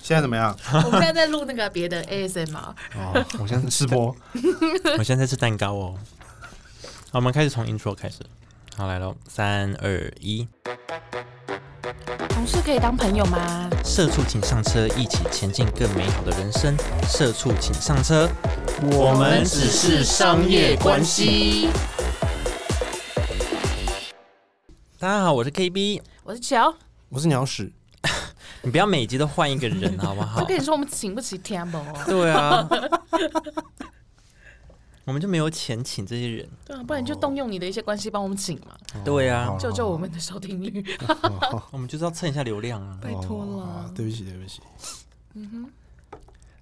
现在怎么样？ 我们现在在录那个别的 ASMR，哦，我现在吃播，我现在在吃蛋糕哦。好，我们开始从 intro 开始。好，来喽，三二一，同事可以当朋友吗？社畜请上车，一起前进更美好的人生。社畜请上车，我们只是商业关系。大家好，我是 KB，我是乔，我是鸟屎，你不要每集都换一个人好不就 好？跟你说我们请不起 t a m 哦 b o 对啊，我们就没有钱请这些人。对啊，不然你就动用你的一些关系帮我们请嘛，对啊哦好，救救我们的收听率，我们就是要蹭一下流量啊。拜托啊了。对不起，对不起，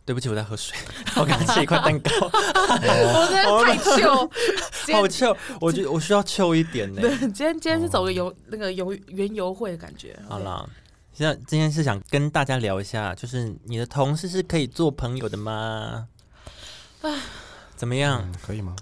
对不起，我在喝水，我刚吃一块蛋糕，我真的太糗， 今好天臭，我觉得我需要臭一点呢、对，今天今天是走个游那个游园游会的感觉。好，啦，现在今天是想跟大家聊一下，就是你的同事是可以做朋友的吗？怎么样？嗯，可以吗？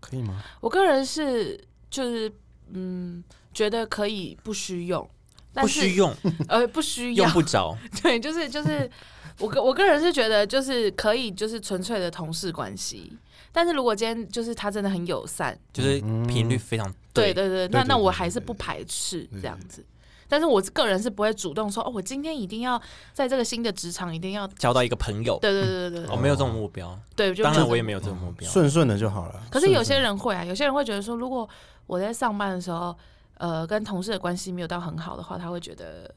可以吗？我个人是就是嗯，觉得可以不需用，但不是需用，呃不需要用 不着。对，就是就是我个我个人是觉得就是可以就是纯粹的同事关系，但是如果今天就是他真的很友善，就是嗯频率非常对的，对对，对那对那对我对还是对不排斥对这样子。但是我个人是不会主动说哦，我今天一定要在这个新的职场一定要，交到一个朋友，对对对对对我没有这种目标。对，就当就然，是嗯我也没有这种目标。顺顺的就好了。可是有些人会啊，有些人会觉得说，如果我在上班的时候，呃，跟同事的关系没有到很好的话，他会觉得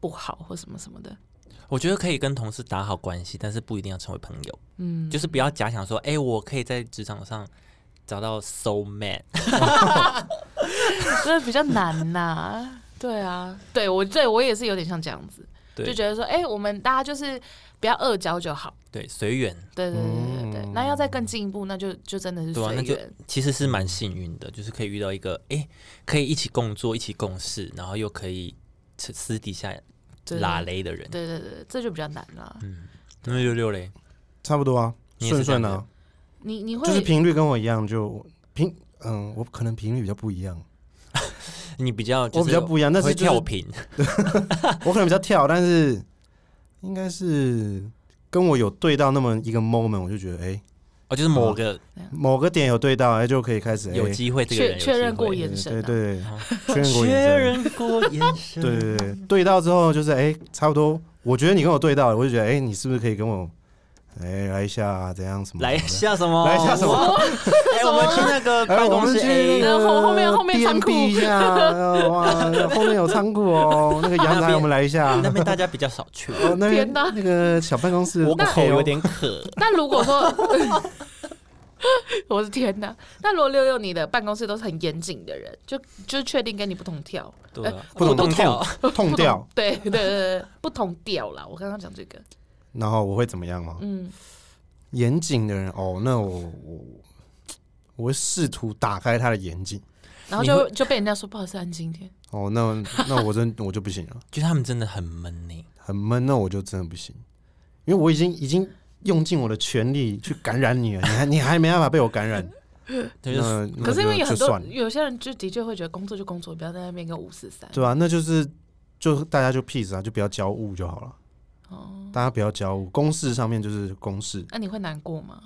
不好或什么什么的。我觉得可以跟同事打好关系，但是不一定要成为朋友。嗯，就是不要假想说，哎、我可以在职场上找到 soul man。真的比较难呐、对啊，对我对我也是有点像这样子，就对觉得说，哎、我们大家就是不要恶交就好。对，随缘，对对对对对、嗯那要再更进一步，那就就真的是对啊随那就缘。其实是蛮幸运的，就是可以遇到一个，哎、可以一起共作、一起共事，然后又可以私私底下对拉雷的人。对对对，对这就比较难了。嗯那六六嘞，差不多啊，你也是顺顺这样啊，你你会就是频率跟我一样，就频，嗯，我可能频率比较不一样，你比较、就是、我比较不一样但是会就是跳频，我可能比较跳，但是应该是跟我有对到那么一个 moment，我就觉得哎、哦，就是某个某个点有对到，哎、就可以开始哎有机会，这个确人确认过眼，眼神、对对啊？对好，确认过确眼神。认过眼神，对 对对，对到之后就是哎、差不多，我觉得你跟我对到了，我就觉得哎、你是不是可以跟我哎、来一下啊怎样什么的来一下什么？来一下什么？哎、我们去那个 哎，办我公们室去那 A，个呃后后面后面 B&B 仓库一下， 呃哇，后面有仓库哦，那个阳台我们来一下。那边大家比较少 去。哦，那边天哪那个小办公室，我那口有点 渴，那如果说， 我的天哪！那如果六六你的办公室都是很严谨的人，就就确定跟你不同跳，对啊，不懂动跳，痛不掉同，，对对对对，不同调啦。我刚刚讲这个，然后我会怎么样吗？嗯，哦严谨的人哦，那我我我会试图打开他的严谨。然后你就就被人家说不好意思，安静一点。哦，那那我真我就不行了，就他们真的很闷呢。很闷，那我就真的不行，因为我已经已经用尽我的全力去感染你了，你还你还没办法被我感 染。对，就是那那可是因为就有很就多算了有些人就的确会觉得工作就工作，不要在那边跟五四三。对啊，那就是就大家就 peace 啊，就不要交恶就好了。哦，大家不要交恶，公事上面就是公事，那你会难过吗？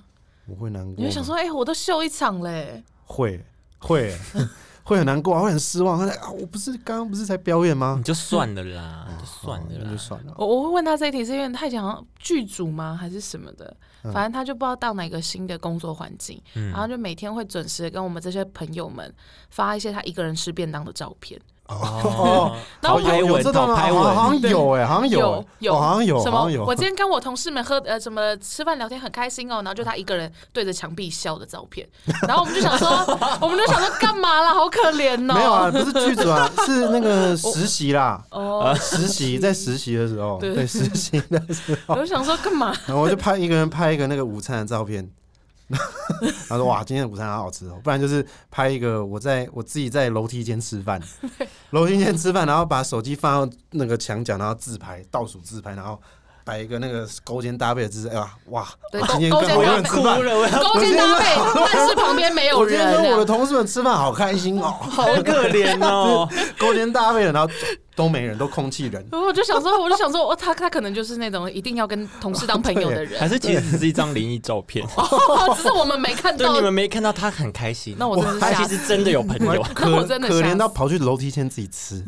我嗯会难过吗。你会想说，哎，我都秀一场欸嘞，会会 会很难过啊，会很失望。他说啊，我不是刚刚不是才表演吗你？就算了啦，就算哦了啊那就啦。算了。我我会问他这一题，是因为他以前好像剧组吗，还是什么的？嗯反正他就不知道到哪个新的工作环境，然后就每天会准时地跟我们这些朋友们发一些他一个人吃便当的照片。 哦，然后讨我拍有文，这种讨啊拍好好文，像有哎，好像有有哦好像有，什好么像？有我。今天跟我同事们喝呃什么吃饭聊天很开心哦，然后就他一个人对着墙壁笑的照片， 然后我们就想说，我们就想说干嘛啦，好可怜哦。没有啊，不是剧组 啊，是那个实习啦，哦，实习在实习的时候，对对实习的时候我，就想说 干嘛？然后我就拍一个人拍一个那个午餐的照片， 他说哇，今天的午餐好好吃哦，不然就是拍一个我在我自己在楼梯间吃 饭，楼梯间吃饭，然后把手机放到那个墙角，然后自拍倒数自拍，然后摆一个那个勾肩搭背的姿势，哎呀，哇，对我勾今天跟勾肩好多人搭吃饭哭，了，我要勾肩搭背，但是旁边没有我今人天跟我的啊。同事们吃饭好开 心哦，好可怜哦。 勾肩搭背的，然后都没人，都空气人，然后我就想说，我就想说，哦，他他可能就是那种一定要跟同事当朋友的人哦 还，是其实只是一张灵异照片，只是我们没看对到哦你。们没看到他很开心。那我真的他是其吓实死，真的有朋 友，那可我真的可吓怜到死跑去楼梯间自己吃，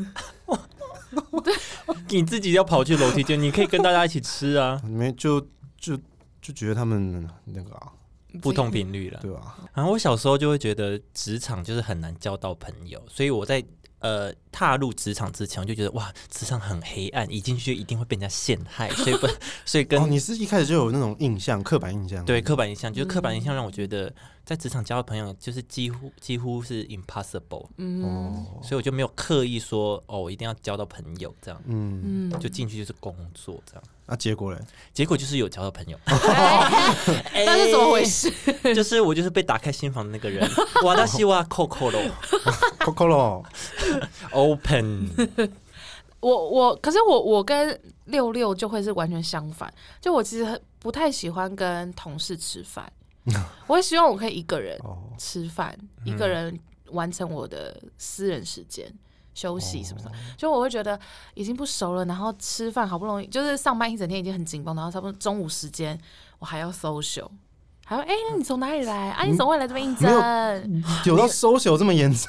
你自己要跑去楼梯间，你可以跟大家一起吃嗯啊，你们就就就觉得他们那个、啊、不同频率了。对吧、然后我小时候就会觉得职场就是很难交到朋友，所以我在呃踏入职场之前，我就觉得哇，职场很黑暗，一进去就一定会被人家陷害，所以 不，所以跟、哦，你是一开始就有那种印象，刻板印象，对刻板印嗯象，就是刻板印象让我觉得在职场交到朋友就是几乎几乎是 impossible，嗯哦，所以我就没有刻意说哦，我一定要交到朋友这样，嗯，嗯，就进去就是工作这样，那、结果 嘞，结果就是有交到朋友，哎 哎那是怎么回事？就是我就是被打开心房的那个人，哇，那希望 Coco 咯 Coco 咯， open， 我我，可是我我跟六六就会是完全相反，就我其实很不太喜欢跟同事吃 饭，我也希望我可以一个人哦，吃饭，一个人完成我的私人时间。休息什么什哦么，就我会觉得已经不熟了，然后吃饭好不容易，就是上班一整天已经很紧绷，然后差不多中午时间我还要 social，还要哎、你从哪里来啊？你怎么会来这边应嗯没有征？ 有到收手这么严重，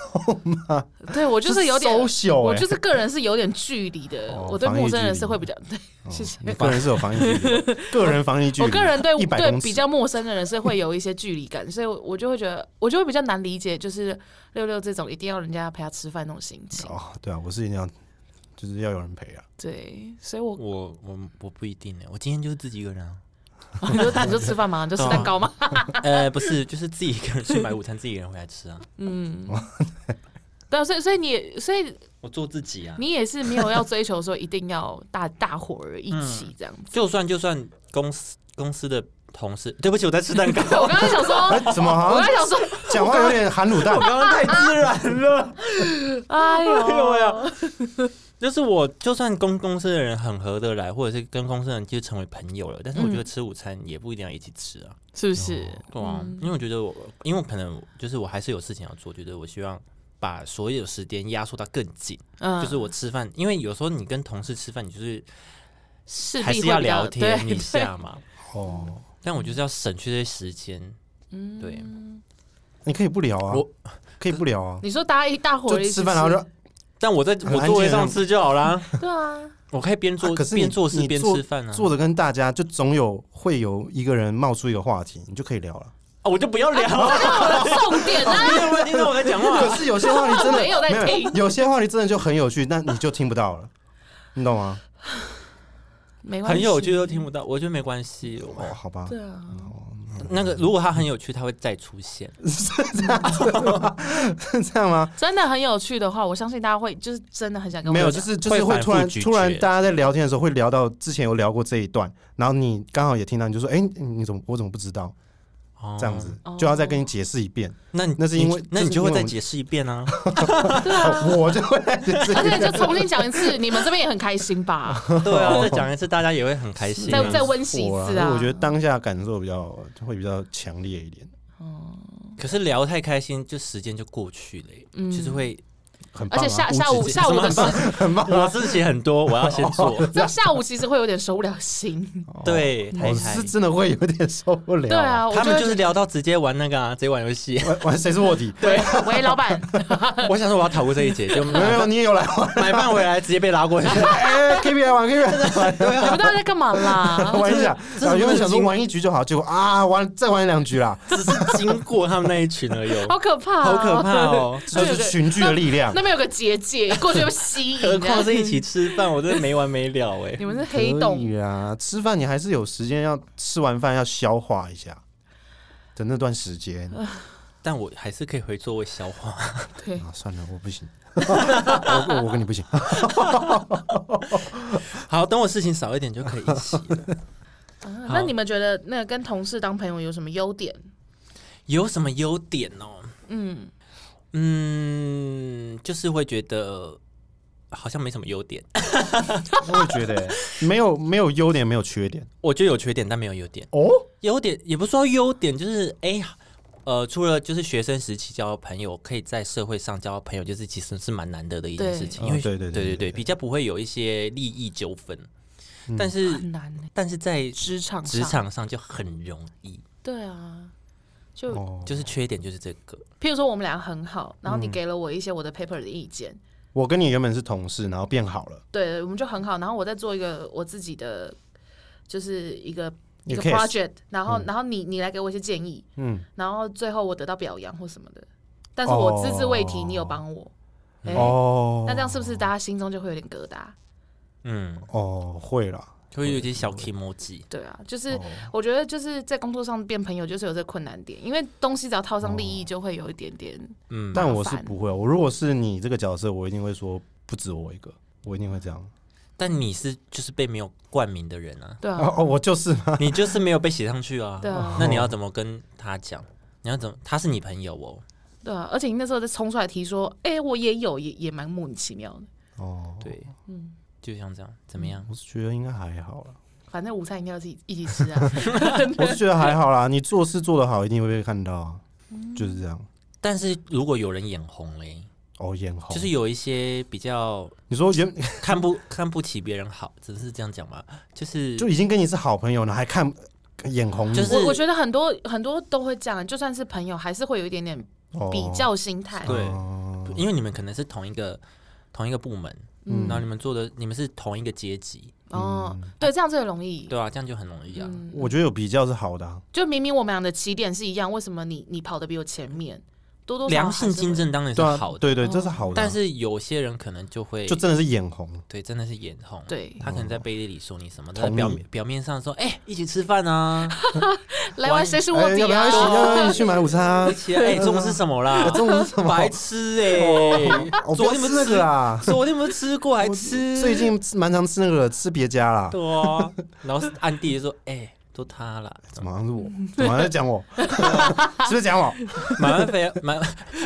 对我就是有点收手、我欸，就是个人是有点距离的，哦我对防疫陌生人距是离会比较对，哦谢谢你个人是有防疫距离 的，个人防疫距离，我个人对一百对公尺比较陌生的人是会有一些距离 感，所以我我就会觉得我就会比较难理解，就是六六这种一定要人家陪他吃饭那种心情。哦，对啊，我是一定要，就是要有人陪啊，对，所以我我我我不一定呢，我今天就是自己一个人、啊，你就你就吃饭吗？你就吃蛋 糕吗？呃，不是，就是自己一个人去买午餐，自己一个人回来吃啊，嗯，哦对啊，所以所以你也所以 我做自己啊，你也是没有要追求说一定要大大伙儿一起这样哦子。就算就算公司公司的同事，对不起，我在吃蛋 糕， 我刚刚想 哎、说，怎么啊好我刚像刚想说，讲话有点含卤蛋我？刚刚太自然了，哎哎呦呦喂啊！就是我，就算跟公司的人很合得来，或者是跟公司的人就成为朋友了，但是我觉得吃午餐也不一定要一起吃啊。是不是？哦对啊，因为我觉得我，因为我可能就是我还是有事情要做，觉得我希望把所有时间压缩到更紧。嗯，就是我吃饭，因为有时候你跟同事吃饭，你就是势必还是会要比较聊对天一对下嘛。哦，但我就是要省去这些时间。嗯对啊你可以不聊啊，我可以不聊啊，你说大家一大伙就儿一起吃饭然后就但我在很安我静座位上吃就好啦， 对啊，我可以边做啊可是你边做事你边坐吃饭啊。坐着跟大家，就总有会有一个人冒出一个话题，你就可以聊了。啊，我就不要聊了， 重点啊，你有没有听到我在讲话？可是有些话题真的 没有在没有听，有些话题真的就很有趣，但你就听不到了，你懂吗？没关系，很有趣都听不到，我觉得没关系。我哦，好吧，对啊，嗯那个如果它很有趣，它会再出现。是 这样吗？真的很有趣的话，我相信大家会就是真的很想跟我没有，讲就是就是会会反复突然咀嚼突然大家在聊天的时候会聊到之前有聊过这一段，然后你刚好也听到，你就说，哎，你你怎么我怎么不知道？哦这样子哦就要再跟你解释一遍，那你那是因为你哦那你就会这是因为再我们解释一 遍啊。对啊，我就会再解释一而且遍。就重新讲一次，你们这边也很开心 吧？对啊，再讲一次，大家也会很开心啊。再再温习一我啦次啊，我觉得当下感受比较会比较强烈一点，哦可是聊太开心，就时间就过去了耶，就是会。很而棒啊。且下无下午止境下午的什时么候，我事情很多，我要先做。这下午其实会有点收不了心，哦哦对，太我太是，真的会有点受不了。嗯对啊，我他们会就是聊到直接玩那个啊，直接玩游 戏。玩玩谁是卧 底？对， 喂老板，我想说我要逃过这一劫， 就没啊有，没有，你也有来 玩。买饭回来直接被 拉过去。哎，K B 来玩，K B 来玩，啊你们到底在干嘛啦？ 玩一下。这然后原本想这说玩一局就好，结果啊，玩再玩两局啦，只是经过他们那一群而已，哦好可怕，啊好可怕！哦！这就是群聚的力量那。边有个结界，过去就被吸引，何况是一 起吃饭，我真的没完没了哎你。们是黑洞可以啊，吃饭你还是有时间要吃完饭要消化一下的那段时间啊，但我还是可以回座位消化。 对，算了，我不行，我我我跟你不行。好，等我事情少一点就可以一起了。 啊好那你们觉得那个跟同事当朋友有什么优点？有什么优点哦？嗯，嗯，就是会觉得好像没什么优点， 我也觉得欸、没有没有优点，没有缺点我觉得有缺点，但没有优点。哦。优点也不是说优点，就是哎呀，呃，除了就是学生时期交到朋友，可以在社会上交到朋友，就是其实是蛮难得的一件对事情，哦因为、对对对对对嗯对比较不会有一些利益纠纷，但是很难欸但是在职场职上，场上就很容易，对啊，就、哦，就是缺点就是这个，譬如说我们俩很好，然后嗯你给了我一些我的 paper 的意见，我跟你原本是同事，然后变好了，对，我们就很好，然后我再做一个我自己的，就是一个。一一个个 case project，然后、然后你你来给我一些建议，嗯，然后最后我得到表扬或什么的，但是我只字未提，哦你有帮我，哎哦，那这样是不是大家心中就会有点疙瘩？嗯，哦，会了，就会有点小 emoji。对啊，就是哦我觉得就是在工作上变朋友就是有这困难点，因为东西只要套上利哦益，就会有一点点。嗯，但我是麻烦不会。我如果是你这个角色，我一定会说不止我一个，我一定会这样。但你是就是被没有冠名的人啊 ，对哦啊，哦，我就是嘛，你就是没有被写上去啊。对啊那你要怎么跟他讲？你要怎么？他是你朋友哦，对啊，而且你那时候在冲出来提说，哎、我也有，也也蛮莫名其妙的。哦，，对，嗯，就像这样，怎么样？我是觉得应该还好 啦，反正午餐一定要自己一起吃啊。我是觉得还好啦。你做事做得好，一定会被看到啊，就是这嗯样。但是如果有人眼红嘞，哦，眼红，就是有一些比较 你说原看不看不起别人好，只是这样讲嘛，就是就已经跟你是好朋友了，还看眼红你，就是我我觉得很多很多都会这样，就算是朋友，还是会有一点点哦比较心态。对哦因为你们可能是同一个同一个部门，嗯然后你们做的你们是同一个阶级，哦，对，这样最容易。嗯对啊，这样就很容易啊。嗯，我觉得有比较是好的啊，就明明我们俩的起点是一样，为什么你你跑得比我前面？多多少少良性还是会竞争当然是对啊，好的，对哦对，这是好的啊。但是有些人可能就会就真的是眼红，啊对，真的是眼红。对他可能在背地里说你什么，同但表意面表面上说，哎、一起吃 饭啊，来玩谁是卧哎底要不啊要一？起？要不要一起去买午餐啊 一？起哎、中午吃什么啦？中午是什么？哦白吃哎、我不昨要天吃不那个啦， 昨天不是吃过还我吃，最近吃蛮常吃那个的，吃别家啦。对啊，然后暗地就说，哎、都他了， 怎么好像是我？嗯怎么好像在讲我？是不是讲我？ 买完肥 买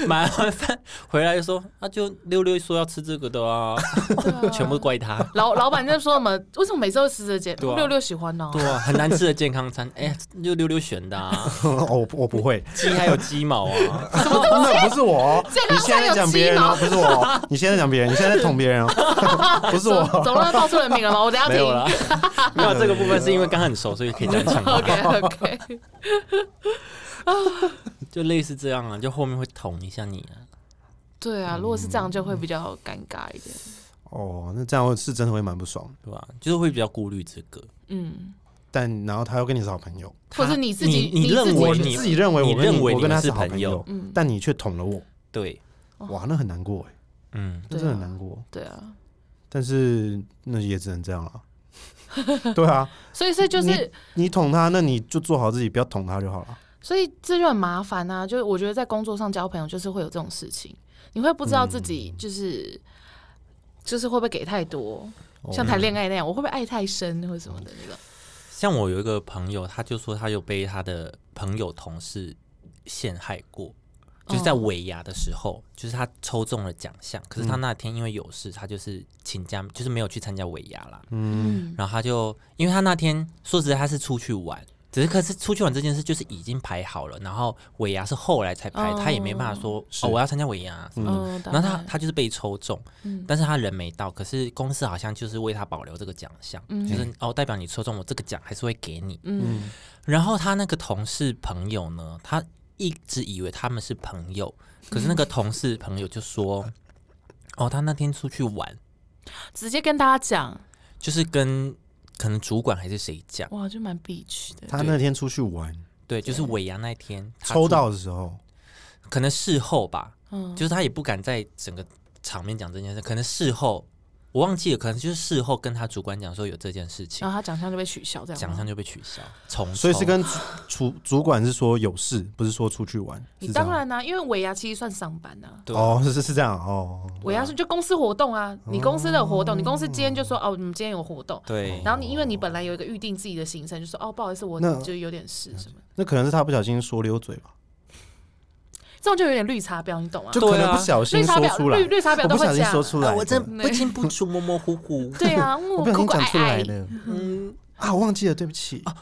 买完饭回来就说，啊，就六六说要吃这个的啊，对啊全部怪他。老老板在说什么？为什么每次都吃这件？对啊六六喜欢哦。对啊，很难吃的健康餐，哎、就六六选的啊，哦，我不我不 会，鸡还有鸡毛啊，那不是我。哦你现在在讲别人哦，不是 我。你现在在讲别人，你现在在捅别人哦，不是走我。走了，报出人名了吗？我等一下没听。有啦，没有这个部分是因为刚很熟，所以可以这样讲。 OK OK，就类似这样啊，就后面会捅一下你啊。对嗯啊，如果是这样就会比较尴尬一点。哦，那这样是真的会蛮不爽。对吧？就是会比较顾虑这个，嗯，但然后他又跟你是好朋友，他或者你自己你你自己认我为自己你认为我跟你认为我跟他你们是好朋友朋，嗯，但你却捅了我，对，哇，那很难过哎，嗯，那真的很难过。对啊，但是那也只能这样了。 对啊，所以所以就是，你捅他，那你就做好自己，不要捅他就好了。所以这就很麻烦啊。就是我觉得在工作上交朋友就是会有这种事情，你会不知道自己嗯就是就是会不会给太多，哦像谈恋爱那样，我会不会爱太深或什么的那个？像我有一个朋友，他就说他有被他的朋友同事陷害过，就是在哦尾牙的时候，就是他抽中了奖项，可是他那天因为有事，他就是请假，就是没有去参加尾牙啦。嗯，嗯，然后他就，因为他那天说实在他是出去玩，只是可是出去玩这件事就是已经排好了，然后尾牙是后来才排，哦他也没办法说是哦我要参加尾牙，嗯，然后他当他就是被抽中，嗯但是他人没到，可是公司好像就是为他保留这个奖项，嗯就是哦代表你抽中我这个奖还是会给你。嗯然后他那个同事朋友呢，他一直以为他们是朋友，可是那个同事朋友就说，哦他那天出去玩，直接跟大家讲，就是跟可能主管还是谁讲。哇，就蛮 bitch 的。他那天出去玩，对，就是尾牙那一天他抽出到的时候，可能事后吧，嗯，就是哦他也不敢在整个场面讲这件事，可能事后我忘记了，可能就是事后跟他主管讲说有这件事情然，后他奖项就被取消，这样吗奖项就被取消，重所以是抽跟主主主管是说有事，不是说出去玩，你是这当样。然啊啦、因为尾牙其实算上班呐、啊。对啊哦，是是是这样哦，尾牙是就公司活动啊，你公司的活动，你公司今天就说哦，你们今天有活动，对然后你因为你本来有一个预定自己的行程，就说哦，不好意思，我那就有点事什么的，那可能是他不小心说溜嘴吧。这种就有点绿茶婊，你懂吗？就可对能啊不小绿心茶说婊，出来绿，绿茶婊我都不会小啊这心样。说出来我的，真不清不楚，模模 糊糊。对 啊，我我不小苦心苦讲爱出来爱，的嗯，啊，我忘记了，对不起。哦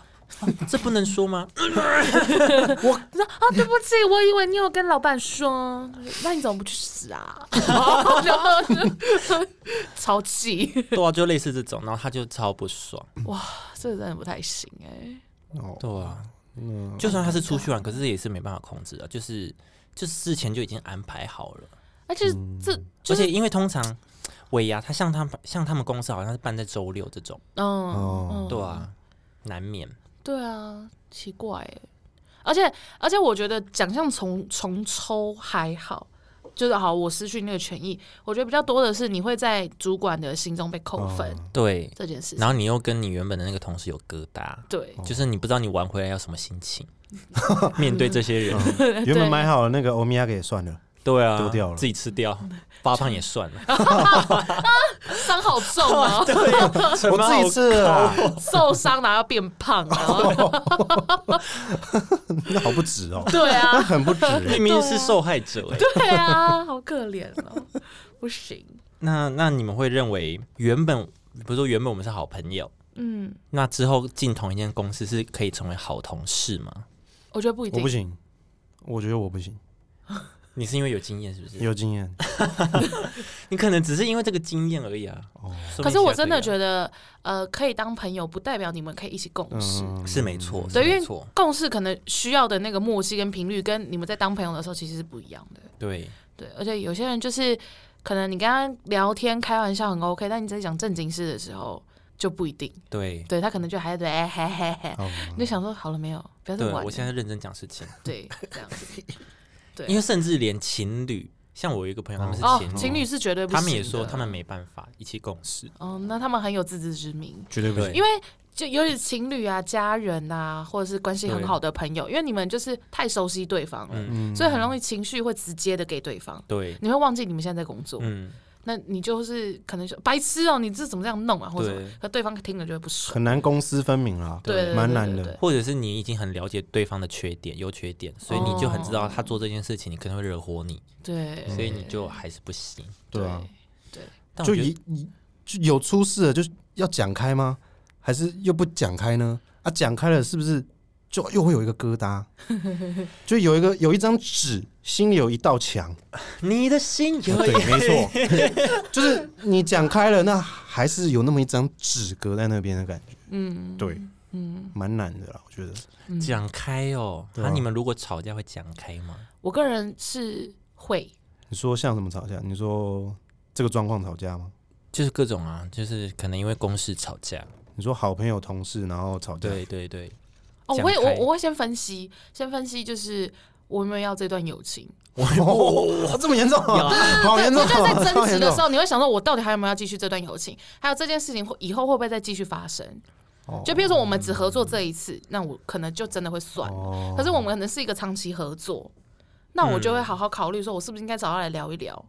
这不能说吗？ 你说啊，对不起，我以为你有跟老板说，那你怎么不去死啊？ 然后就超气，对啊，就类似这种，然后他就超不爽。这个真的不太行哎、哦，对啊，嗯，就算他是出去玩，可是也是没办法控制的，啊就是就是事前就已经安排好了。而且这就而且是因为通常尾牙，他像他们像他们公司好像是办在周六这种，嗯哦嗯，对啊，难免。对啊，奇怪哎、而且而且我觉得奖项重重抽还好。就是好，我失去那个权益，我觉得比较多的是你会在主管的心中被扣分、哦对，这件事情然。后你又跟你原本的那个同事有疙瘩，对，哦就是你不知道你玩回来要什么心情， 面对这些人。嗯原本买好了那个欧米亚给也算 了，对啊，丢掉了自己吃掉，发胖也算了， 伤好重 哦，我自己吃了啊，受伤然后要变哦胖，然后，那好不值哦对啊，很不值欸。明明是受害者欸对啊，好可怜哦，不行，那那你们会认为原本比如说原本我们是好朋友，嗯，那之后进同一间公司是可以成为好同事吗？我觉得 不一我定不，行，我觉得我不行，你是因为有经验是不是？有经验。你可能只是因为这个经验而已啊。哦，可是我真的得觉得，呃，可以当朋友，不代表你们可以一起共事。嗯，是没错，对是因没为错，共事可能需要的那个默契跟频率，跟你们在当朋友的时候其实是不一样的。对对，而且有些人就是，可能你跟他聊天开玩笑很 OK，但你在讲正经事的时候就不一定。对对他可能就还在哎嘿嘿嘿，哦，你就想说好了没有，不要再对，玩我了。现在认真讲事情，对这 样子，对因为甚至连情侣，像我有一个朋友，他们是哦情，侣，情侣是绝对不行他的。们也说他们没办法一起共事，哦，那他们很有自知之明，绝对不行对。因为就尤其情侣啊、家人啊，或者是关系很好的朋友，因为你们就是太熟悉对方了，嗯，嗯所以很容易情绪会直接的给对方。对，你会忘记你们现在在工作，嗯，那你就是可能就白痴哦、你这怎么这样弄啊，或者什么，对可对方听了就会不爽。很难公私分明啦，对对对蛮难对对的。或者是你已经很了解对方的缺点、优缺点，所以你就很知道哦他做这件事情，你可能会惹火你，对，所以你就还是不行。嗯对啊，但就我觉得一一就有出事了，就是要讲开吗？还是又不讲开呢？啊，讲开了是不是就又会有一个疙 瘩？就有一个有一张纸，心里有一道墙。你的心有对，没错， 就是你讲开了，那还是有那么一张纸隔在那边的感觉。嗯，对，嗯，蛮难的啦，我觉得。嗯 讲开哦。对那、啊你们如果吵架会讲开吗？我个人是会，你说像什么吵架？你说这个状况吵架吗？就是各种啊，就是可能因为公事吵架。你说好朋友、同事，然后吵架，对对对，哦，我讲会开我我会先分析，先分析就是我有没有要这段友情，哇，这么严重啊，好对，严重我啊，觉得在争好执严的重时候，你会想说，我到底还有没有要继续这段友情？还有这件事情会以后会不会再继续发生？哦就比如说我们只合作这一次，那我可能就真的会算了。哦可是我们可能是一个长期合作，那我就会好好考虑，说我是不是应该找他来聊一聊？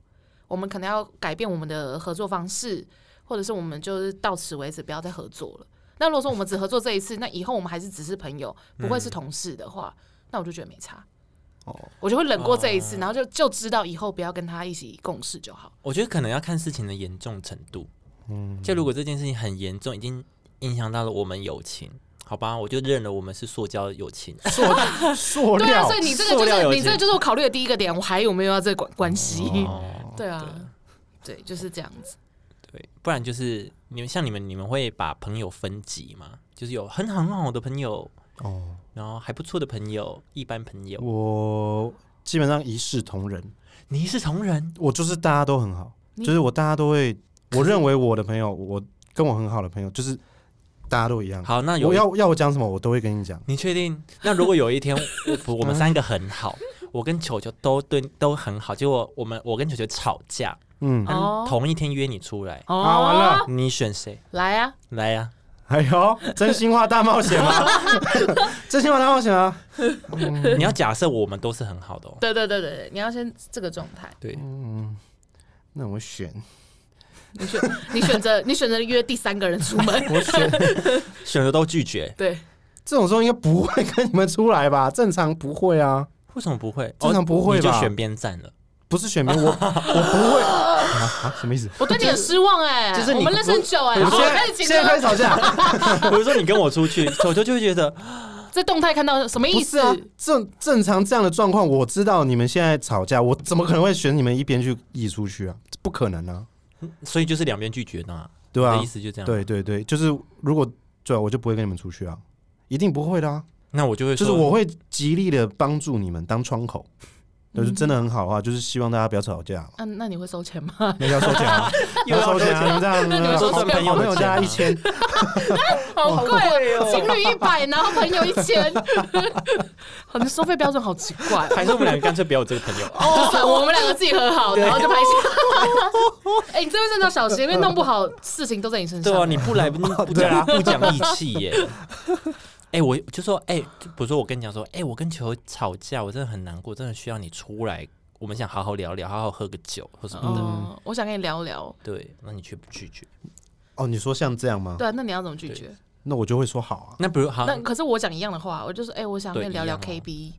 我们可能要改变我们的合作方式，或者是我们就是到此为止，不要再合作了。那如果说我们只合作这一次，那以后我们还是只是朋友，不会是同事的嗯话，那我就觉得没差。哦我就会忍过这一次，然后就就知道以后不要跟他一起共事就好。我觉得可能要看事情的严重程度。嗯，就如果这件事情很严重，已经影响到了我们友情，好吧，我就认了我们是塑胶友情。 塑塑对啊，哦料所以你这个塑就料是有你这个钱就是我考虑的第一个点，我还有没有要这个关关系？哦， 对啊，对，就是这样子。对，不然就是你们像你们，你们会把朋友分级吗？就是有很很好的朋友，哦，然后还不错的朋友，一般朋友。我基本上一视同仁，你一视同仁，我就是大家都很好，你就是我大家都会，我认为我的朋友，我跟我很好的朋友，就是大家都一样。好，那嗯有我一要要我讲什么，我都会跟你讲。你确定？那如果有一天 我我们三个很好，我跟球球都对都很好，结果我们我跟球球吵架，嗯，哦同一天约你出来，哦啊完了， 你选谁？来啊，来呀、哎呦，真心话大冒险吗？ 真心话大冒险啊！你要假设我们都是很好的哦。对对对对，对你要先这个状态，对，嗯那我选，你选你选择你选择约第三个人出门，我选选择都拒绝，对，这种时候应该不会跟你们出来吧？正常不会啊。为什么不会？正常哦不会你就吧选边站 了。不是选民，我我不会啊啊，什么意思？我对你很失望哎、就是你我们认识很久 哎、我好，们现开在始现紧在开张始吵架，我就说你跟我出去，球球就会觉得在动态看到什么不意是思？啊，正正常这样的状况，我知道你们现在吵架，我怎么可能会选你们一边去移出去啊？不可能啊，所以就是两边拒绝呢，对吧、你啊的意？思就这样。，对对对，就是如果对啊、我就不会跟你们出去啊，一定不会的啊，那我就会就说是我会极力的帮助你们当窗口，就是真的很好啊，就是希望大家不要吵 架嘛，啊嗯、那你会收钱 吗？那要收钱 啊， 又要收钱收啊，这样那你们好收朋钱吗啊友朋友加一千，好贵哦，情侣一百，然后朋友一千， 好，你收费标准好奇怪、哦。。还是我们两个干脆不要有这个朋友 就是哦我们两个自己和好，然后就拍戏。 哎、你这边真的要小心，因为弄不好事情都在你身上。对啊，你不来不不对啊讲不讲义气耶。 哎，我就说，哎，就比如说我跟你讲说，哎，我跟球吵架，我真的很难过，真的需要你出来，我们想好好聊聊，好好喝个酒或什么的。哦，我想跟你聊聊。对，那你却不拒绝。哦，你说像这样吗？对啊，那你要怎么拒绝？那我就会说好啊。那比如好，那可是我讲一样的话，我就说，哎、我想跟你对聊一聊样啊 KB，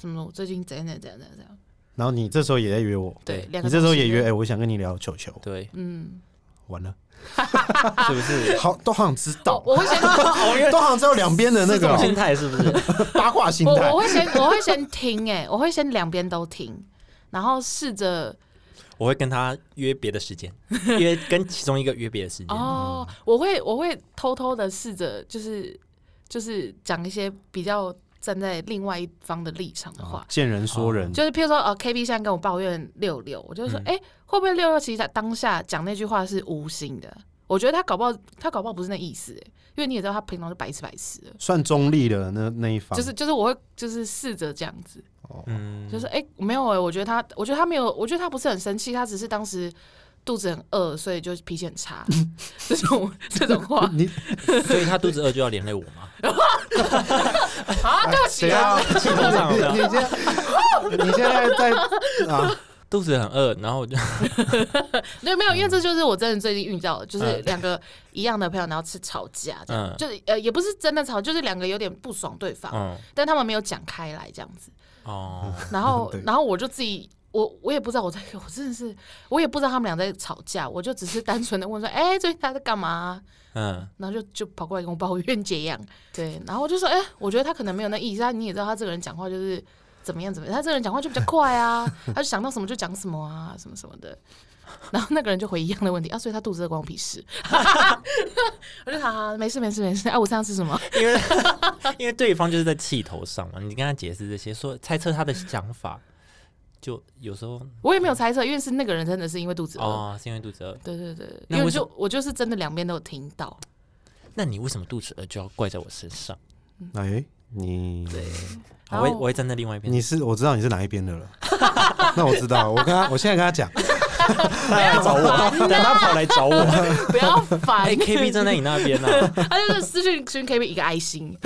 什么我最近怎样怎样怎样怎样怎样。然后你这时候也在约我，对，对两个你这时候东西也约，哎、，我想跟你聊球球，对，嗯，完了， 是不 是？好，都好像知道，我我会先 都好像知道两边的那是这个种哦心态是不是？八卦心我态我。会先我会先听哎、我会先两边都听，然后试着 我会跟他约别的时间，约跟其中一个约别的时间。哦，我会我会偷偷的试着就是就是讲一些比较站在另外一方的立场的话。哦见人说人，就是譬如说，呃，K B 现在跟我抱怨六六，我就说，哎、会不会六六其实他当下讲那句话是无心的？我觉得他搞不好，他搞不好不是那意思、哎因为你也知道他平常就白痴白痴的，算中立的那那一方，就是就是我会就是试着这样子，嗯，就是哎、诶没有哎、我觉得他，我觉得他没有，我觉得他不是很生气，他只是当时肚子很饿，所以就脾气很差，这种这种话你所以他肚子饿就要连累我吗？啊，对不谁起啊啊？，气头上有没有你现在 你现在在啊？ 肚子很饿，然后我就对，没有，因为这就是我真的最近遇到的，就是嗯两个一样的朋友，然后是吵架，这样、嗯就是呃，也不是真的吵，就是两个有点不爽对方， 嗯但他们没有讲开来这样 子，哦，然后对然后我就自己。我我也不知道我在，我真的是，我也不知道他们俩在吵架，我就只是单纯的问说，哎、最近他在干嘛啊、嗯然后就就跑过来跟我抱怨这样，对，然后我就说，哎、我觉得他可能没有那意思，但你也知道他这个人讲话就是怎么样怎么样，他这个人讲话就比较快 啊，他就想到什么就讲什么啊，什么什么的。 然后那个人就回一样的问题啊，所以他肚子饿关我屁 事。我就好好没事没事没事，啊，我上次吃什么？ 因为因为对方就是在气头上嘛，你跟他解释这些，说猜测他的想法，就有时候我也没有猜测，因为是那个人真的是因为肚子饿。哦，是因为肚子饿。对对对，那因为我为什就我就是真的两边都有听到，那你为什么肚子饿就要怪在我身上？ 哎，你好然后我也我会站在另外一边，你是我知道你是哪一边的了， 那我知道，我跟他我现在跟他讲，他来找我，等他跑来找我。 不要 烦。 哎，K B 站在你那边啊 呢， 他就是私讯群 K B 一个爱心，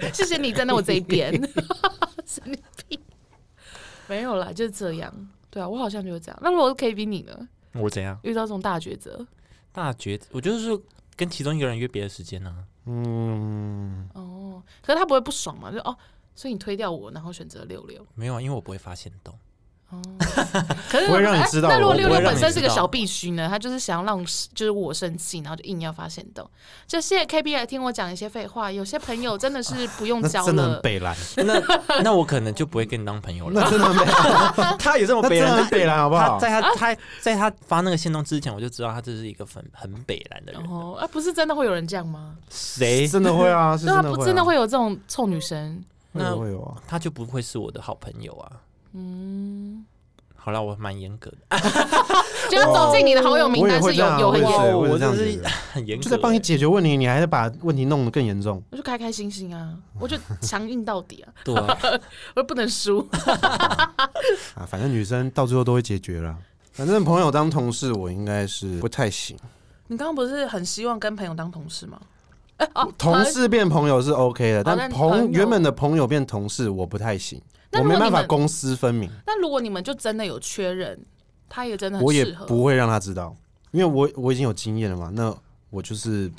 就谢谢你站在我这一边， 神经病，没有啦，就是这样。对啊，我好像就是这样。那如果是 K B 你呢？我怎样？遇到这种大抉择，大觉得，我就是说跟其中一个人约别的时间啊呢。嗯，哦，可是他不会不爽嘛？就哦，所以你推掉我，然后选择六六。没有啊，因为我不会发现洞。哦，可是不会让你知道哎那如果我不六会六让本你身知是个道小必须呢？他就是想要让就是我生气，然后就硬要发现到。就谢谢 K B 来听我讲一些废话。有些朋友真的是不用那交真的了很，北蓝， 那那我可能就不会跟你当朋友了。那真的很北， 他也这么哦那北真的蓝，很北蓝，好不他好？在他他在他发那个行动之前，我就知道他这是一个很很北蓝的哦然人。后啊，不是真的会有人这样吗？谁？真的会 啊，是对啊，真的不会啊，真的会嗯有这种臭 女生。会有那会有啊，他就不会是我的好朋友啊。嗯，好了，我蛮严格的， 就是走进你的好友名我也单会是这有样，有我也是，我很严重，也我是这样就是子的，很严格欸。就在帮你解决问题，你还在把问题弄得更严重。我就开开心心啊，我就强硬到底啊，对 啊，我不能输。啊，反正女生到最后都会解决啦。反正朋友当同事，我应该是不太行。你刚刚不是很希望跟朋友当同 事吗？哎、哦，同事变朋友是 OK 的，但但哦朋友朋原本的朋友变同事，我不太行。那我如果没办你法们公私分明，那如果你们就真的有缺人，他也真的很我也适合。不会让他知道，因为我我已经有经验了嘛。那我就是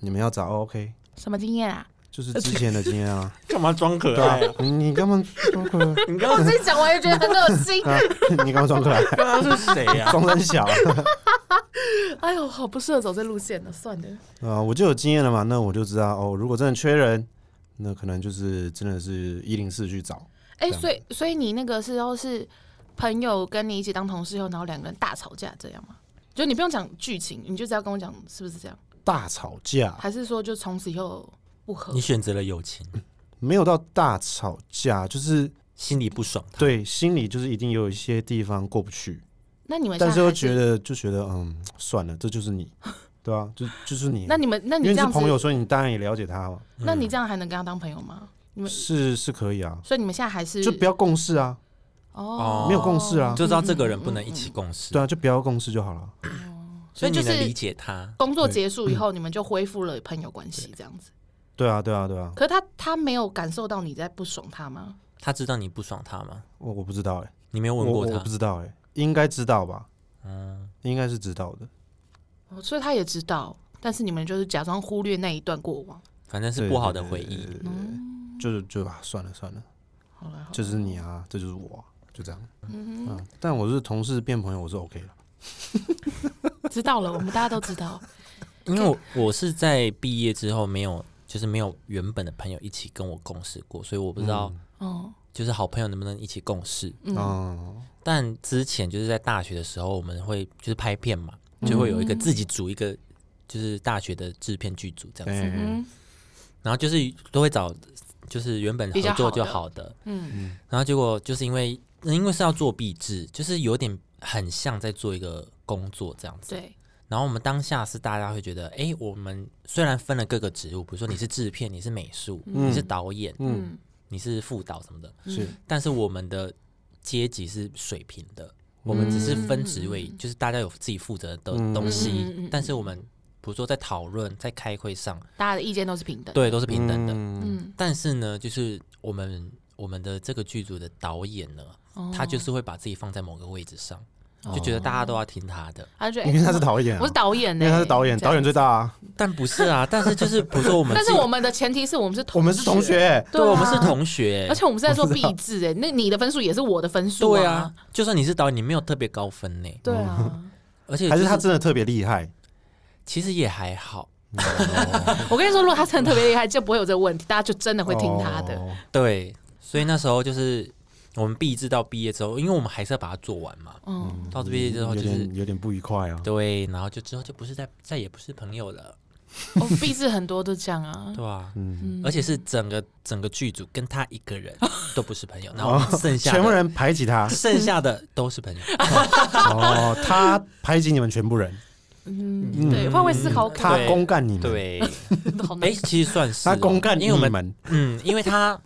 你们要找哦 OK， 什么经验啊？就是之前的经验啊，干嘛装可对啊爱啊？，你你干嘛装可爱？，你刚刚自己讲完也觉得很恶心啊你干嘛装可爱？啊刚刚是谁呀？装很小 啊哎呦，好不适合走这路线呢，算了。 啊，我就有经验了嘛，那我就知道哦，如果真的缺人，那可能就是真的是一零四去找。哎、这样所以所以你那个时候是朋友跟你一起当同事后，然后两个人大吵架这样吗？就你不用讲剧情，你就只要跟我讲是不是这样，大吵架还是说就从此以后不合 你？选择了友情，没有到大吵架，就是心里不爽。对心里就是一定有一些地方过不去，那你们但现是在又还觉，得就觉得嗯算了，这就是你，对啊，就就是你。那你们那因你为这是样子朋，友，所以你当然也了解他嘛，嗯那你这样还能跟他当朋友吗？你们是是可以啊，所以你们现在还是就不要共事啊，哦，没有共识啊你就知道这个嗯人不能一起共事，对啊，就不要共事就好了。所以你所以就能是理解他。工作结束以后，你们就恢复了朋友关系这样子。对啊，对啊，对啊，可是他他没有感受到你在不爽他吗？他知道你不爽他吗？我我不知道哎、你没有我问过我他不？知道哎、应该知道吧？嗯，应该是知道的。哦，所以他也知道，但是你们就是假装忽略那一段过往。嗯反正是对不好的回忆。就是就啊，算了算了，好了，好了就是你啊，这就是我啊、就这样。嗯，但我是同事变朋友，我是 OK 的。知道了，我们大家都知道。 因为我我是在毕业之后没有，就是没有原本的朋友一起跟我共事过，所以我不知道哦，就是好朋友能不能一起共事。嗯，嗯，但之前就是在大学的时候，我们会就是拍片嘛，就会有一嗯个自己组一个就是大学的制片剧组这样子，对，嗯然后就是都会找就是原本比较合作就好好的，嗯，然后结果就是因为因为是要做壁制，就是有点很像在做一个工作这样子。对，然后我们当下是大家会觉得，哎，我们虽然分了各个职务，比如说你是制片，你是美术，嗯你是导演，嗯，嗯，你是副导什么的，是但是我们的阶级是水平的，我们只是分职位，嗯就是大家有自己负责的嗯东嗯嗯嗯西嗯，但是我们比如说在讨论、在开会上，大家的意见都是平等。，对，都是平等的。的。嗯，但是呢，就是我们我们的这个剧组的导演哦呢，他就是会把自己放在某个位置上，就觉得大家都要听他的。他就觉得因为哎他是导演啊，我是导演因呢，为他是导演，这样导演最大啊。但不是啊，但是就是比如说我们自 但己，是我们的前提是我们是我们是同学，欸，对对啊我们是，同学，而且我们是在做壁纸哎，那你的分数也是我的分数对啊，，就算你是导演，你没有特别高分呢，对哦啊，而且还就是他真的特别厉害？其实也还好。我跟你说，如果他真的特别厉害，就不会有这个问题，大家就真的会听他的。哦。对，所以那时候就是我们毕制到毕业之后，因为我们还是要把它做完嘛。嗯，到这毕业之后有就是点有点不愉快啊。对，然后就之后就不是再再也不是朋友了，我壁纸哦很多都这样啊对。吧、嗯，嗯而且是整个整个剧组跟他一个 人都不是朋友，然后剩下哦全部的，人排挤他 剩下的都是 朋友，哦，他排挤你们全部人，嗯，对，换位思考，他对公干你们，，对，好难哎，其实算是哦嗯他公干因为我你们们，嗯，因为他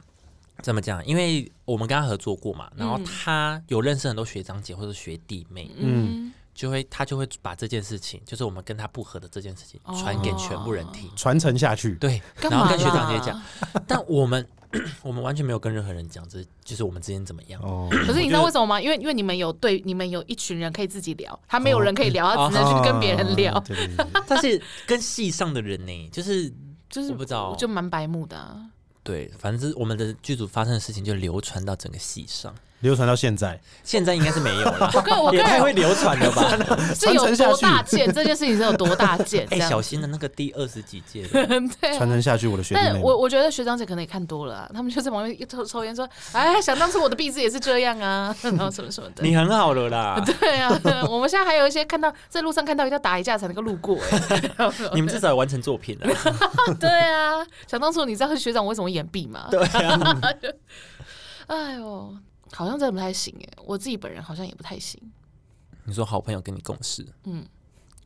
怎么讲？因为我们跟他合作过嘛，然后嗯他有认识很多学长姐或者学弟妹，嗯，就会他就会把这件事情，就是我们跟他不合的这件事情哦传给全部人听，传承下去。对，干然后嘛跟学长姐啦讲， 但我们 我们完全没有跟任何人讲，这就是我们之间怎么 样。哦，可是你知我觉道得为什么吗？因为因为你们有对，你们有一群人可以自己聊，他没有哦人可以聊，哦他只能去跟别人聊，哦对对对对但是跟系上的人呢，就是就是我不知道就蛮白目的、啊。对，反正是我们的剧组发生的事情就流传到整个系上，流传到现在，现在应该是没有了，我 个我个哦也太会人流传 了吧？是有传承下多去大件，这件事情是有多大件，这 哎、样小新的那个第二十几届的， 对啊传。承下去，我的学弟妹但们。我我觉得学长姐可能也看多了啊、他们就在旁边一抽抽烟说：“哎，想当初我的壁纸也是这样啊，然后什么什么的。你很好了 啦”，对啊，我们现在还有一些看到在路上看到一定要打一架才能够路过、哎，你们至少有完成作品了。 对啊，想当初你知道学长我为什么演 B 吗？对啊， 哎呦，好像真的不太行哎，我自己本人好像也不太行。你说好朋友跟你共事，嗯嗯，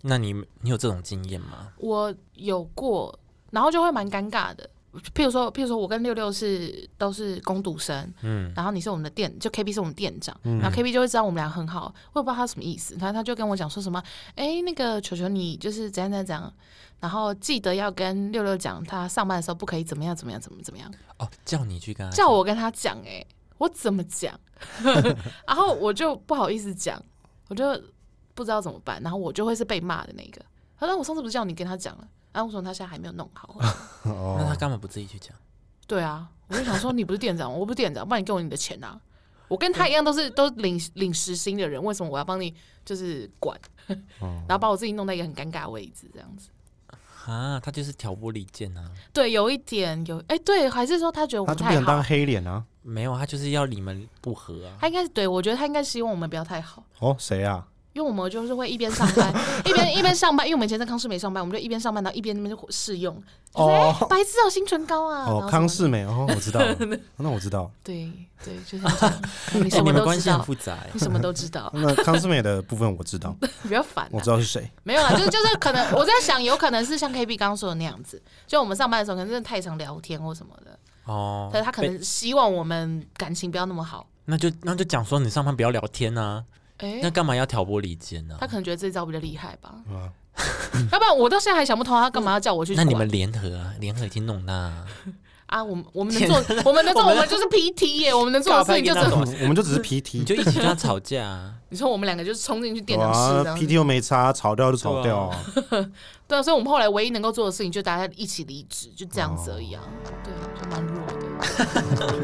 那你你有这种经验吗？我有过，然后就会蛮尴尬的。譬如说，譬如说我跟六六是都是工读生，嗯，然后你是我们的店，就 KB 是我们店长，然后 KB 就会知道我们俩很好，我也不知道他什么意思，然后他就跟我讲说什么，哎，那个球球你就是怎样怎样怎样，然后记得要跟六六讲，他上班的时候不可以怎么样怎么样怎么怎么样，哦，叫你去跟他叫讲我跟他讲，哎，我怎么讲？ 然后我就不好意思讲，我就不知道怎么啊办，然后我就会是被骂的那个。他说我上次不是叫你跟他讲了，然后为什么他现在还没有弄好？哦那他干嘛不自己去讲？对啊，我就想说，你不是店长，我不是店长，不然你给我你的钱啊！我跟他一样都是都领领时薪的人，为什么我要帮你就是管，哦然后把我自己弄在一个很尴尬的位置这样子？啊，他就是挑拨离间啊！对，有一点有，哎、对，还是说他觉得我他不就不太想当好？黑脸啊？没有，他就是要你们不和啊。他应该是对我觉得他应该希望我们不要太好，哦，谁啊？因为我们就是会一边上 班一边一边上班，因为我们以前在康师美上班，我们就一边上班然后一边那边就试用，就是哎、哦白痴有新唇膏啊，然后哦，什康么世美哦，我知 道了，那我知道。对对，就是这 样你哎什你么们都关知系很道，复杂、欸你。什么都知道，那康世美的部分我知道， 不要烦、啊，我知道是 谁。没有啦，就是就是可能我在想，有可能是像 KB 刚刚说的那样子，就我们上班的时候可能真的太常聊天或什么的，哦，但是他可能希望我们感情不要那么好。那就那就讲说你上班不要聊天啊，哎、那干嘛要挑拨离间啊呢他？可能觉得这招比较厉害吧，啊， 要不然我到现在还想不通他干嘛要叫我去那管。你们联合啊，联合已经弄那、啊， 啊，我们我们能做，我们能做，我们就是 PT 耶，我们能做的事情就搞派给是他，懂我们就只是你 PT，就一起跟他吵架、啊。你说我们两个就是冲进去电脑啊室这哇样，PT 子，又没差，炒掉就炒掉啊。对啊，所以我们后来唯一能够做的事情就大家一起离职，就这样子而已啊，哦对啊，就蛮弱的。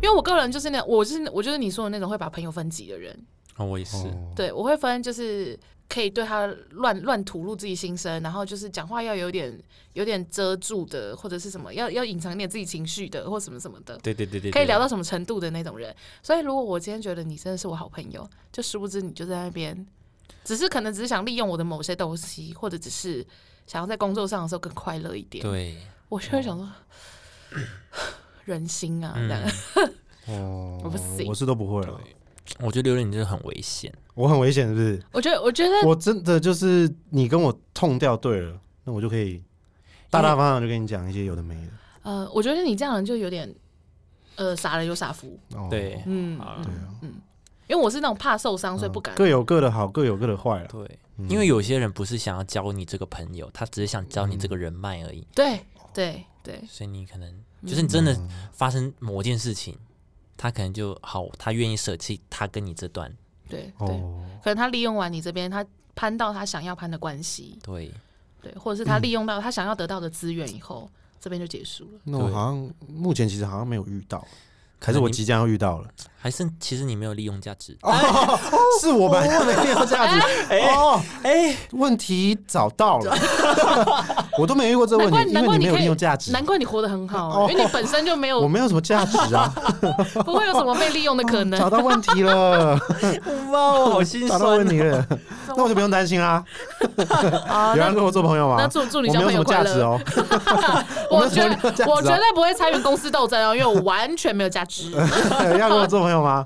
因为我个人就是那，我是我就是你说的那种会把朋友分级的人，哦，我也是，哦对我会分就是可以对他乱乱吐露自己心声，然后就是讲话要有点有点遮住的，或者是什么要要隐藏点自己情绪的，或什么什么的。对对对对，对可以聊到什么程度的那种人。所以如果我今天觉得你真的是我好朋友，就殊不知你就在那边，只是可能只是想利用我的某些东西，或者只是想要在工作上的时候更快乐一点。对，我就会想说， 人心啊，这样、嗯哦啊我不行我是都不会了，我觉得留恋你就是很危险，我很危险，是不是？ 我觉得，我觉得我真的就是你跟我痛掉对了，那我就可以大大方方地就跟你讲一些有的没的。呃，我觉得你这样人就有点，呃，傻人有傻福，哦，对嗯，好对啊，嗯因为我是那种怕受伤，所以嗯不敢。各有各的好，各有各的坏了。对，嗯因为有些人不是想要交你这个朋友，他只是想交你这个人脉而已，嗯对对对，所以你可能就是你真的发生某件事情，他可能就好，他愿意舍弃他跟你这段，对对，哦，可能他利用完你这边，他攀到他想要攀的关系，对，对，或者是他嗯利用到他想要得到的资源以后，这边就结束了。那我对好像目前其实好像没有遇到，可可是能我你即将要遇到了。还是其实你没有利用价值，哦， 是我们没有这样 子。哦， 哎，问题找到了， 我都没遇过这个问题，因难为怪你没你有可利以用价值，哦难怪你活得很好、因为你本身就没 我有没有什么价值啊，不会有什么被利用的可 找能。到问题了，哇，我好心找到问酸，啊题了，那我就不用担心啦。好，有人那跟我做朋友那吗？祝祝我你没有交什朋友么快价值乐。哦， 我没绝有什么价值哦我绝对不会参与公司斗争哦，因为我完全没有 价值。要跟我做朋友 吗？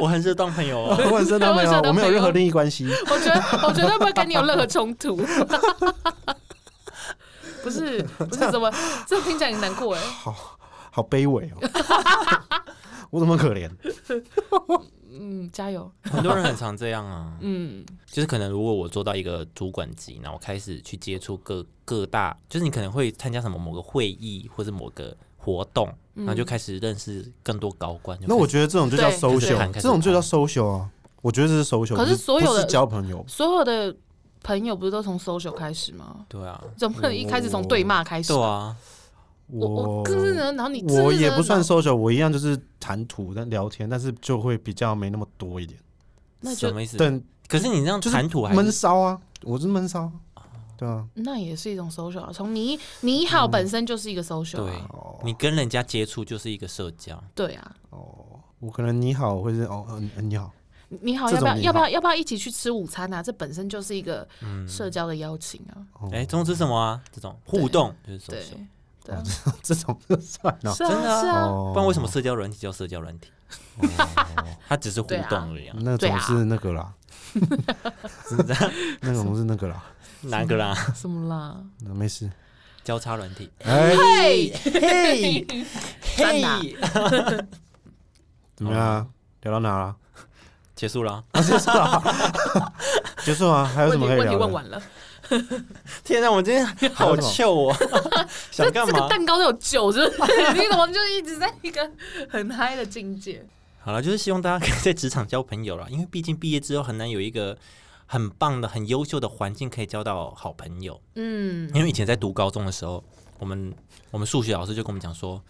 我很适合当朋友哦。我很深当朋友我很适合当朋，友我没有任何利益关系。我觉得我绝对不会跟你有任何冲突。 不是不是怎么，这听起来很难过哎。好好卑微哦， 我怎么可怜？嗯，加油。 很多人很常这样啊，嗯，就是可能如果我做到一个主管级，然后开始去接触各各大，就是你可能会参加什么某个会议或者某个活动，然后就开始认识更多高官。就嗯那我开觉得这种就叫对 social，对这种就叫 social 啊。我觉得这是 social，可是不所有不是的交朋友，所有的朋友不是都从 social 开始吗始？对啊，总不能一开始从对骂开始吧对啊，我我可是呢，然后你哦我也不算是， social，我一样就是谈吐但聊天，但是就会比较没那么多一点。那就什么意思？但可是你这样就是谈吐还闷是骚啊，我是闷骚，对啊，那也是一种 social 啊。从你你好嗯本身就是一个 social 对啊，你跟人家接触就是一个社交，对啊。我可能你好，或是哦，嗯、嗯你好， 你好，这要不种要你要不要要不要一起去吃午餐啊？这本身就是一个嗯社交的邀请啊。哦哎，中是什么啊？这种互动就是对 social，对啊，这种就算了。是啊真的啊是啊，哦不然为什么社交软体叫社交软体？ 它只是互动而已啊，那对种啊是那个 啦，是这样那种是那个啦，哪个啦？ 什 么啦？那没事。交叉软体，哎，嘿，嘿，在哪怎么样啊？聊到哪了？结束了啊。结束啊？还有什问么题可以聊问题的？问完了，天哪，我今天好 糗啊！想干这个嘛？蛋糕都有酒，是不是？ 你怎么就一直在一个很嗨的境界？好了，就是希望大家可以在职场交朋友了，因为毕竟毕业之后很难有一个很棒的、很优秀的环境，可以交到好朋友。嗯，因为以前在读高中的时候，我们我们数学老师就跟我们讲说，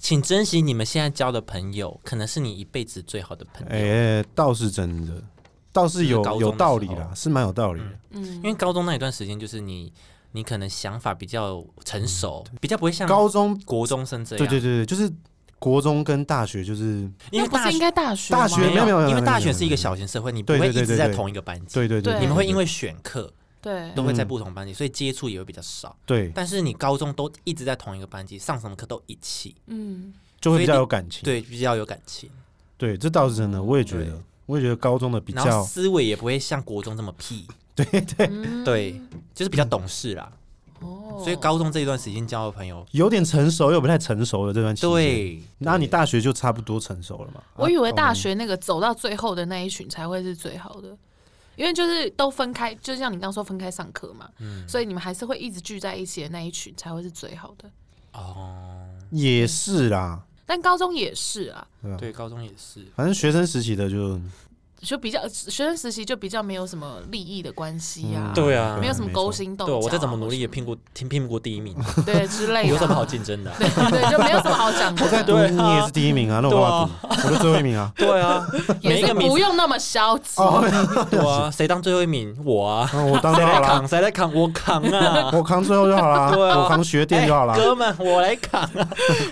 请珍惜你们现在交的朋友，可能是你一辈子最好的朋友。哎、倒是真的，倒是有就是高中的有道理时啦，候是蛮有道理的。嗯因为高中那一段时间，就是你你可能想法比较成熟，比较不会嗯像啊高中，国中生这对样。对对对，就是国中跟大学，就是因为那不大是应该大学大吗学没有没有没有因为大没学有是一个小型社会，你不对会对一对直对在对同一个班级，对对对，对你们会因为选课对都会在嗯不同班级，所以接触也会比较少。对但是你高中都一直在同一个班级，上什么课都一起，嗯就会所比以较你有感情。对，比较有感情，对，这倒是真的，我也觉对得，我也觉得高中的比然后较思维也不会像国中这么 屁，嗯对，就是比较懂事啦。哦，所以高中这一段时间交的朋友，有点成熟又不太成熟的这段期间，对，那你大学就差不多成熟了嘛？我以为啊大学那个走到最后的那一群才会是最好的，因为就是都分开，就像你刚说分开上课嘛，嗯所以你们还是会一直聚在一起的那一群才会是最好的。哦，啊也是啦，但高中也是啊，对，高中也是，反正学生时期的就就比较学生实习就比较没有什么利益的关系啊，嗯对啊没有什么没错勾心斗对角啊，我再怎么努力也或什拼过，拼拼不过第一名，么的对之类的啊， 有什么好竞争的啊？对对，就没有什么好讲的， 对，你也是第一名啊，那我干嘛赌？我就最后一名啊 对啊，每 也一是个名不次，用那么消极。 对啊，谁当最后一名？我 啊，那我当就谁好来啦，扛？谁来扛？我扛 啊！我扛最后就好啦， 对啊我扛学店就好啦哎。哥们，我来扛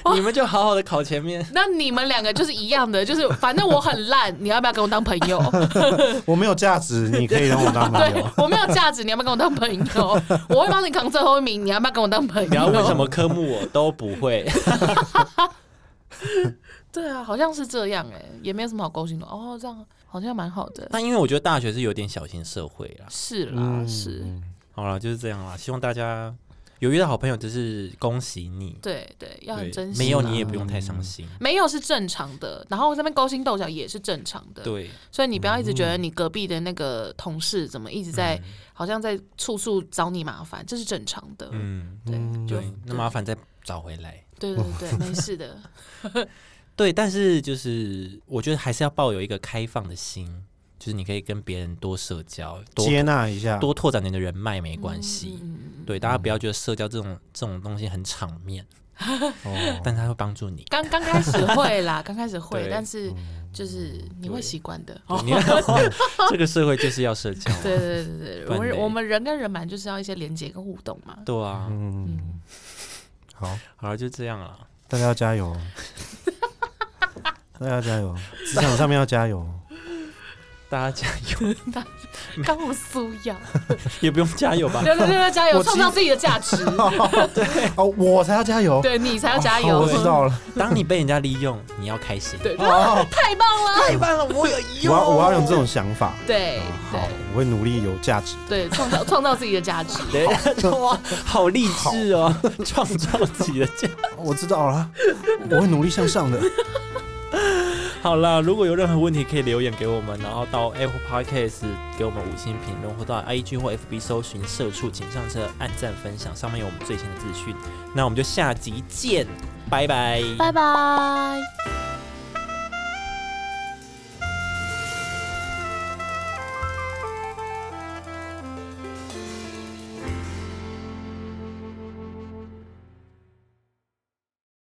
啊！你们就好好的考前面。那你们两个就是一样的，就是反正我很烂，你要不要跟我当朋友？我没有价值，你可以让我当朋 对啊友。我没有价值，你要不要跟我当朋友？ 我会帮你扛最后一名，你要不要跟我当朋友？你要问什？么科目我都不会， 对啊，好像是这样哎、也没有什么好勾心的哦，这样好像蛮好的。但因为我觉得大学是有点小型社会啊啦。是啦，嗯嗯是，好了，就是这样啦。希望大家有遇到好朋友，就是恭喜你。对对，要很啊对珍，惜啦。没有你也不用太伤心。没有是正常的，然后这边勾心斗角也是正常的。对，嗯所以你不要一直觉得你隔壁的那个同事怎么一直在，好像在处处找你麻烦，这是正常的。嗯，对，就对，那麻烦再找回来。对对 对，没事的。对，但是就是我觉得还是要抱有一个开放的心，就是你可以跟别人多社交，多接纳一下，哦多拓展你的人脉，没关系。嗯，对，大家不要觉得社交这种这种东西很场面，哦但它会帮助你。刚刚开始会啦，刚开始会对，嗯但是就是你会习惯的。你 这个社会就是要社交啊，对对对对对，我不然们嘞我们人跟人嘛，就是要一些连接跟互动嘛。对啊。嗯，好，好了，就这样了。大家要加 油哦，大家要加油，职场上面要加油哦。大家加油， 刚我苏阳，也不用加油吧。六六六六加油，我其实创造自己的价值，哦，我才要加油，对你才要加油。哦我知道了，当你被人家利用，你要开心。对， 哦，太棒了，太棒了，我有我要我要有这种想法，对好，我会努力有价值。对对，创造创造自己的价值。种哇，好励志哦，创造自己的价。我知道了，我会努力向上的。好啦，如果有任何问题可以留言给我们，然后到 Apple Podcast 给我们五星评论，或到 IG 或 FB 搜寻“社畜请上车”，按赞分享，上面有我们最新的资讯。那我们就下集见，拜拜。拜拜。